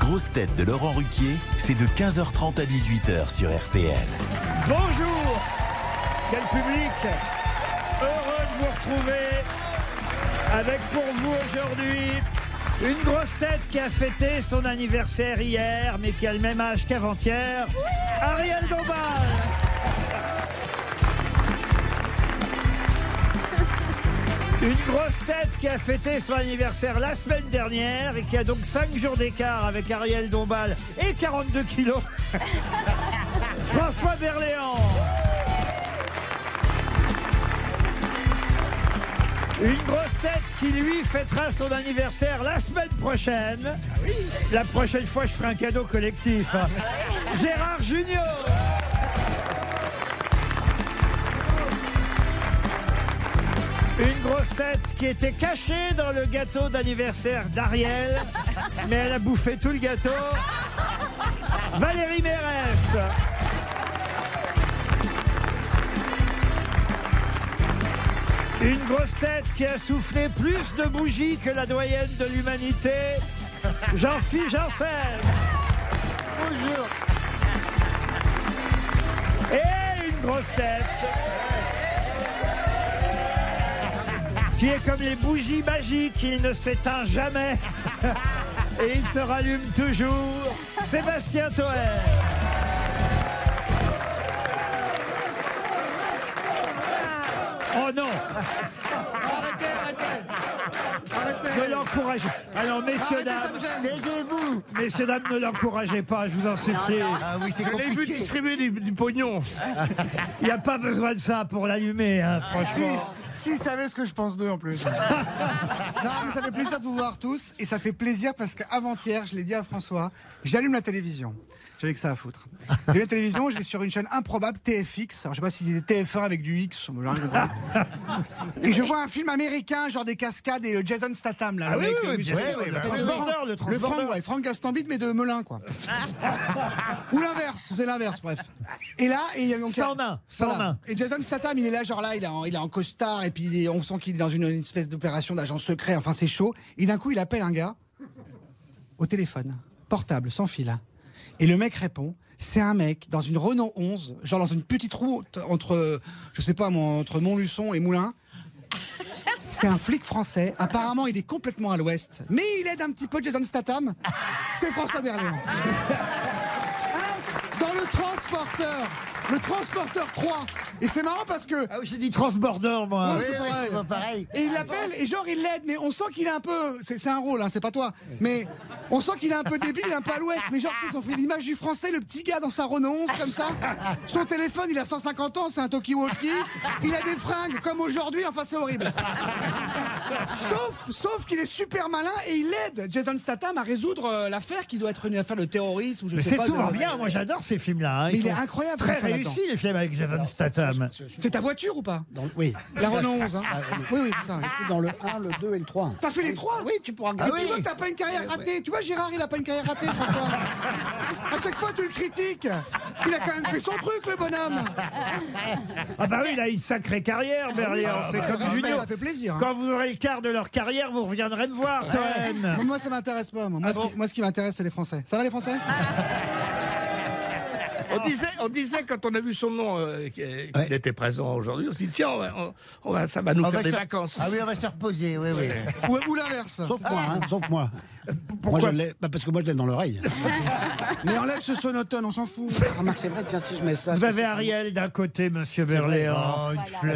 grosses têtes de Laurent Ruquier, c'est de 15h30 à 18h sur RTL. Bonjour Quel public Heureux de vous retrouver avec pour vous aujourd'hui une grosse tête qui a fêté son anniversaire hier, mais qui a le même âge qu'avant-hier, Ariel Dombal Une grosse tête qui a fêté son anniversaire la semaine dernière et qui a donc 5 jours d'écart avec Ariel Dombal et 42 kilos. François Berléand. Une grosse tête qui, lui, fêtera son anniversaire la semaine prochaine. La prochaine fois, je ferai un cadeau collectif. hein. Gérard Junior. Une grosse tête qui était cachée dans le gâteau d'anniversaire d'Ariel, mais elle a bouffé tout le gâteau. Valérie Mérès. Une grosse tête qui a soufflé plus de bougies que la doyenne de l'humanité, Jean-Philippe Janssen. Bonjour. Et une grosse tête. qui est comme les bougies magiques, il ne s'éteint jamais et il se rallume toujours. Sébastien Toer. Oh non Ne l'encouragez. Alors, messieurs, dames, Taisez-vous messieurs, dames, ne l'encouragez pas, je vous en supplie. Ah oui, c'est compliqué. vu distribuer du, du pognon. Il n'y a pas besoin de ça pour l'allumer, hein, franchement. Si, si, savait ce que je pense d'eux en plus. non, mais ça fait plaisir de vous voir tous et ça fait plaisir parce qu'avant-hier, je l'ai dit à François, j'allume la télévision. J'avais que ça à foutre. J'allume la télévision, je vais sur une chaîne improbable TFX. Alors, je sais pas si c'était TF1 avec du X. j'ai rien compris. et je vois un film américain, genre des cascades et euh, Jason Statham là. Ah le oui, mec, oui, le oui, bien musclé, sûr, oui, le le transborder. transborder, le Le transborder. Franck, ouais, Franck Gastambide, mais de Melun quoi. Ou l'inverse, c'est l'inverse, bref. Et là, et il y avait donc- Sans nain, sans nain. et Jason Statham, il est là, genre là, il est en, il est en costard, et puis il est- on sent qu'il est dans une, une espèce d'opération d'agent secret, enfin c'est chaud. Et d'un coup, il appelle un gars au téléphone, portable, sans fil. Et le mec répond, c'est un mec dans une Renault 11, genre dans une petite route entre, je sais pas moi, entre Montluçon et Moulins. C'est un flic français. Apparemment, il est complètement à l'ouest. Mais il aide un petit peu Jason Statham. C'est François Berléand. Hein Dans le transporteur. Le transporteur 3. Et c'est marrant parce que. Ah oui, j'ai dit transborder, moi. Oui, c'est pareil. Et il l'appelle et genre il l'aide, mais on sent qu'il est un peu. C'est c'est un rôle, hein, c'est pas toi. Mais on sent qu'il est un peu débile, il est un peu à l'ouest. Mais genre, tu sais, ils ont fait l'image du français, le petit gars dans sa Renault 11 comme ça. Son téléphone, il a 150 ans, c'est un Tokiwoki. Il a des fringues comme aujourd'hui, enfin c'est horrible. Sauf, sauf qu'il est super malin et il aide Jason Statham à résoudre euh, l'affaire qui doit être une affaire de terrorisme ou je Mais sais c'est pas, souvent de- bien, moi j'adore ces films-là. hein, Mais Ils il est sont incroyable, Très Jonathan. réussi les films avec Jason Statham. C'est ta voiture ou pas Oui. La Renault 11, hein. Ah, Oui, oui, c'est ça. dans le 1, le 2 et le 3. T'as fait les trois Ah, Oui, tu pourras Mais regarder. tu vois que t'as pas une carrière ratée. Tu vois, Gérard, il a pas une carrière ratée, François. à chaque fois, tu le critiques. Il a quand même fait son truc, le bonhomme. Ah bah oui, il a une sacrée carrière, Berléand. C'est bah, comme bah, Junio. ça fait plaisir, hein. Quand vous aurez le quart de leur carrière, vous reviendrez me voir, Toen. Bon, moi, ça m'intéresse pas. Ah Moi, Moi, ce qui, moi, ce qui m'intéresse, c'est les Français. Ça va, les Français On disait, on disait quand on a vu son nom euh, qu'il était présent aujourd'hui, on s'est dit tiens, on va- on- on va- ça va nous faire des vacances. Ah oui, on va se reposer, oui, oui. Ou, ou l'inverse. Sauf moi, hein, sauf moi. Pourquoi moi je l'ai- bah, Parce que moi, je l'ai dans l'oreille. Mais enlève ce sonotone, on s'en fout. Remarque, Ah, c'est vrai, tiens, si je mets ça. Vous avez Ariel d'un côté, Monsieur Berléand,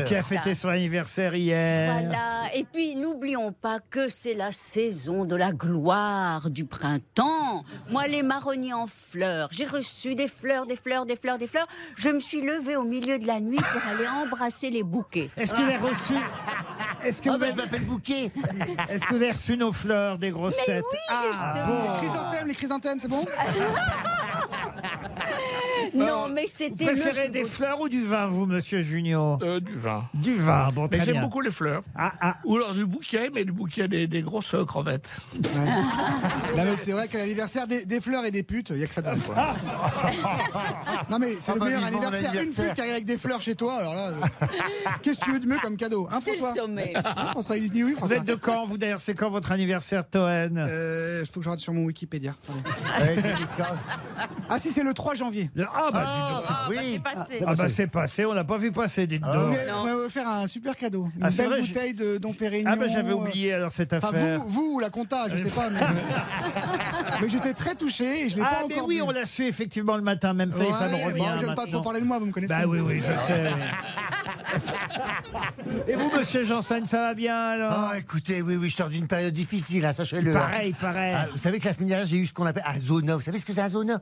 qui a fêté son anniversaire hier. Voilà. Et puis n'oublions pas que c'est la saison de la gloire du printemps. Moi, les marronniers en fleurs, j'ai reçu des fleurs, des fleurs, des fleurs, des fleurs. Je me suis levée au milieu de la nuit pour aller embrasser les bouquets. Est-ce que vous avez reçu Est-ce que, Ah, vous ben, avez... je m'appelle Bouquet. est-ce que vous avez reçu nos fleurs des grosses Mais têtes Ben oui, Ah, justement. Les chrysanthèmes, les chrysanthèmes, c'est bon Non, mais Vous c'était préférez le. des fleurs ou du vin, vous, monsieur Junior Euh, du vin. Du vin, bon, Mais très j'aime bien. beaucoup les fleurs. Ah, ah, Ou alors du bouquet, mais du bouquet des, des grosses euh, crevettes. Non, mais c'est vrai qu'à l'anniversaire des, des fleurs et des putes, il n'y a que ça de mal, quoi. Non, mais Ah c'est le bah, meilleur vivement mon anniversaire. Une anniversaire. pute qui arrive avec des fleurs chez toi, alors là. euh, Qu'est-ce que tu veux de mieux comme cadeau Hein, C'est le François sommet. Hein, François, il dit oui, Vous François. êtes de quand, vous d'ailleurs C'est quand votre anniversaire, Toen Euh, faut que je regarde sur mon Wikipédia. Pardon. Ah, si, c'est le 3 janvier. Le- Ah, bah, dis donc, c'est- Ah, bah, c'est passé. ah, bah, c'est passé, on l'a pas vu passer, dites On donc. m'a- on m'a offert un super cadeau. Une Ah, c'est belle vrai, bouteille de Dom Pérignon. euh, Ah, bah, j'avais oublié alors cette Enfin, affaire. vous, vous ou la compta, je sais pas. Mais, mais j'étais très touché et je l'ai Ah, pas mais encore oui, bu. on l'a su effectivement le matin, même ça, et ça me Ouais, revient. bah, J'aime pas maintenant. trop parler de moi, vous me connaissez. Bah oui, oui, je sais. Et vous, monsieur Janssen, ça va bien alors Ah, écoutez, oui, oui, je sors d'une période difficile, hein, sachez-le. Pareil, pareil. Ah, vous savez que la semaine dernière, j'ai eu ce qu'on appelle un zona. Vous savez ce que c'est un zona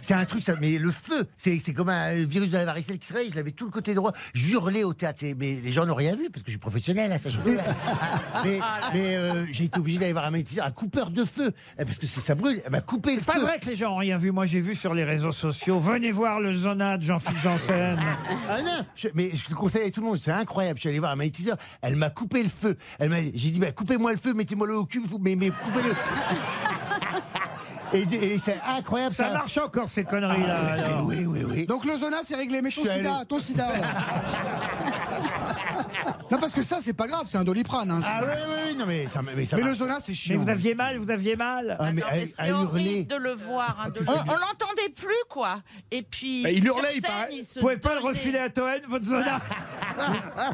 C'est un truc, ça, mais le feu, c'est c'est comme un virus de la varicelle qui se réveille. Je l'avais tout le côté droit, jurlé au théâtre. Et- Mais les gens n'ont rien vu parce que je suis professionnel, hein, sachez-le. Ah, mais mais, euh, j'ai été obligé d'aller voir un médecin, un coupeur de feu, euh, parce que c'est- ça brûle. Elle m'a coupé le C'est pas feu. vrai que les gens ont rien vu. Moi, j'ai vu sur les réseaux sociaux. Venez voir le Zona de Jean-Philippe Janssen. Ah non, je- mais je le conseille à tout le monde, c'est incroyable. Je suis allé voir un magnétiseur, elle m'a coupé le feu. Elle m'a, j'ai dit, bah, coupez-moi le feu, mettez-moi le au cul, vous- mais, mais coupez-le. et, et c'est incroyable ça. Ah, Ça marche encore, ces Ah, conneries-là. alors. Oui, oui, oui. Donc le zona, c'est réglé, mais ton suis sida, allé. ton sida. là. non, parce que ça, c'est pas grave, c'est un doliprane. hein. Ah oui, oui, oui, non, mais ça, mais ça mais le marche. zona, c'est Mais chiant. vous aviez mal, vous aviez mal. Ah, mais Non, à- mais c'était à hurler. horrible de le voir. hein, de- On, on l'entendait plus, quoi. Et puis. Bah, il sur hurlait, il scène, paraît. se Vous pouvez pas le donnait. refiler à Toen, votre Zona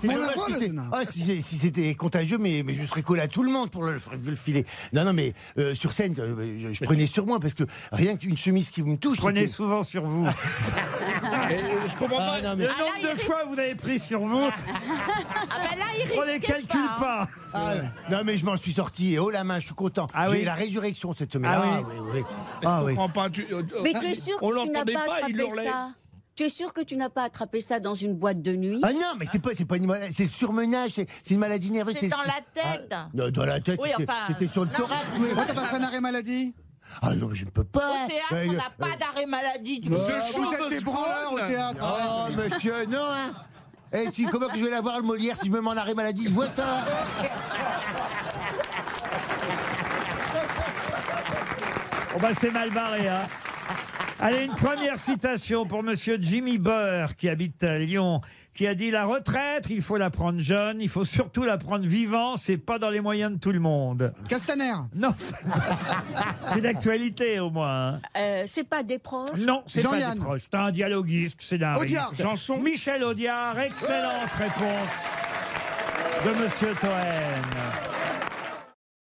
C'est Mais on dommage le voit, que le c'était- zona. Ah, si, j'ai- si c'était contagieux, mais, mais je serais collé à tout le monde pour le, le filer. Non, non, mais euh, sur scène, euh, je, je prenais sur moi parce que rien qu'une chemise qui me touche. Prenez c'était- souvent sur vous. Et, euh, je comprends Ah, pas. non, Le mais- Ah, là, nombre il de risque- fois que vous avez pris sur vous, Ah, bah là, il on les risquait calcule hein. pas. Ah ouais. Non mais je m'en suis sorti et oh la main, je suis content. Ah J'ai oui. eu la résurrection cette semaine. Ah oui, oui. Ah Je oui. comprends pas. tu- euh, euh, Mais tu es sûr on que tu n'as l'entendait pas pas, il attrapé hurlait. ça Tu es sûr que tu n'as pas attrapé ça dans une boîte de nuit Ah non, mais c'est pas, c'est pas une maladie, c'est le surmenage, c'est c'est une maladie nerveuse. C'est dans la tête. Ah, non, dans la tête. Oui, c'est- enfin, C'était sur le non. thorax. oui. Moi, t'as pas fait un arrêt maladie Ah non, mais je ne peux pas. Au théâtre, Bah, Ouais, on euh, n'a pas d'arrêt maladie. du coup. Ouais. Ah, Vous chaud êtes de des ce branleurs au crâne. théâtre. Oh monsieur, non. Hein. Et si comment que je vais la voir le Molière si je me mets en arrêt maladie, je vois ça. On va Oh, bah, c'est mal barré, hein. Allez, une première citation pour Monsieur Jimmy Burr, qui habite à Lyon, qui a dit La retraite, il faut la prendre jeune, il faut surtout la prendre vivant, c'est pas dans les moyens de tout le monde. Castaner. Non, c'est d'actualité au moins. hein. Euh, C'est pas des proches Non, c'est pas des Jean-Yann. proches. C'est un dialoguiste, scénariste. Audiard. Chanson. Michel Audiard, excellente réponse de Monsieur Toen.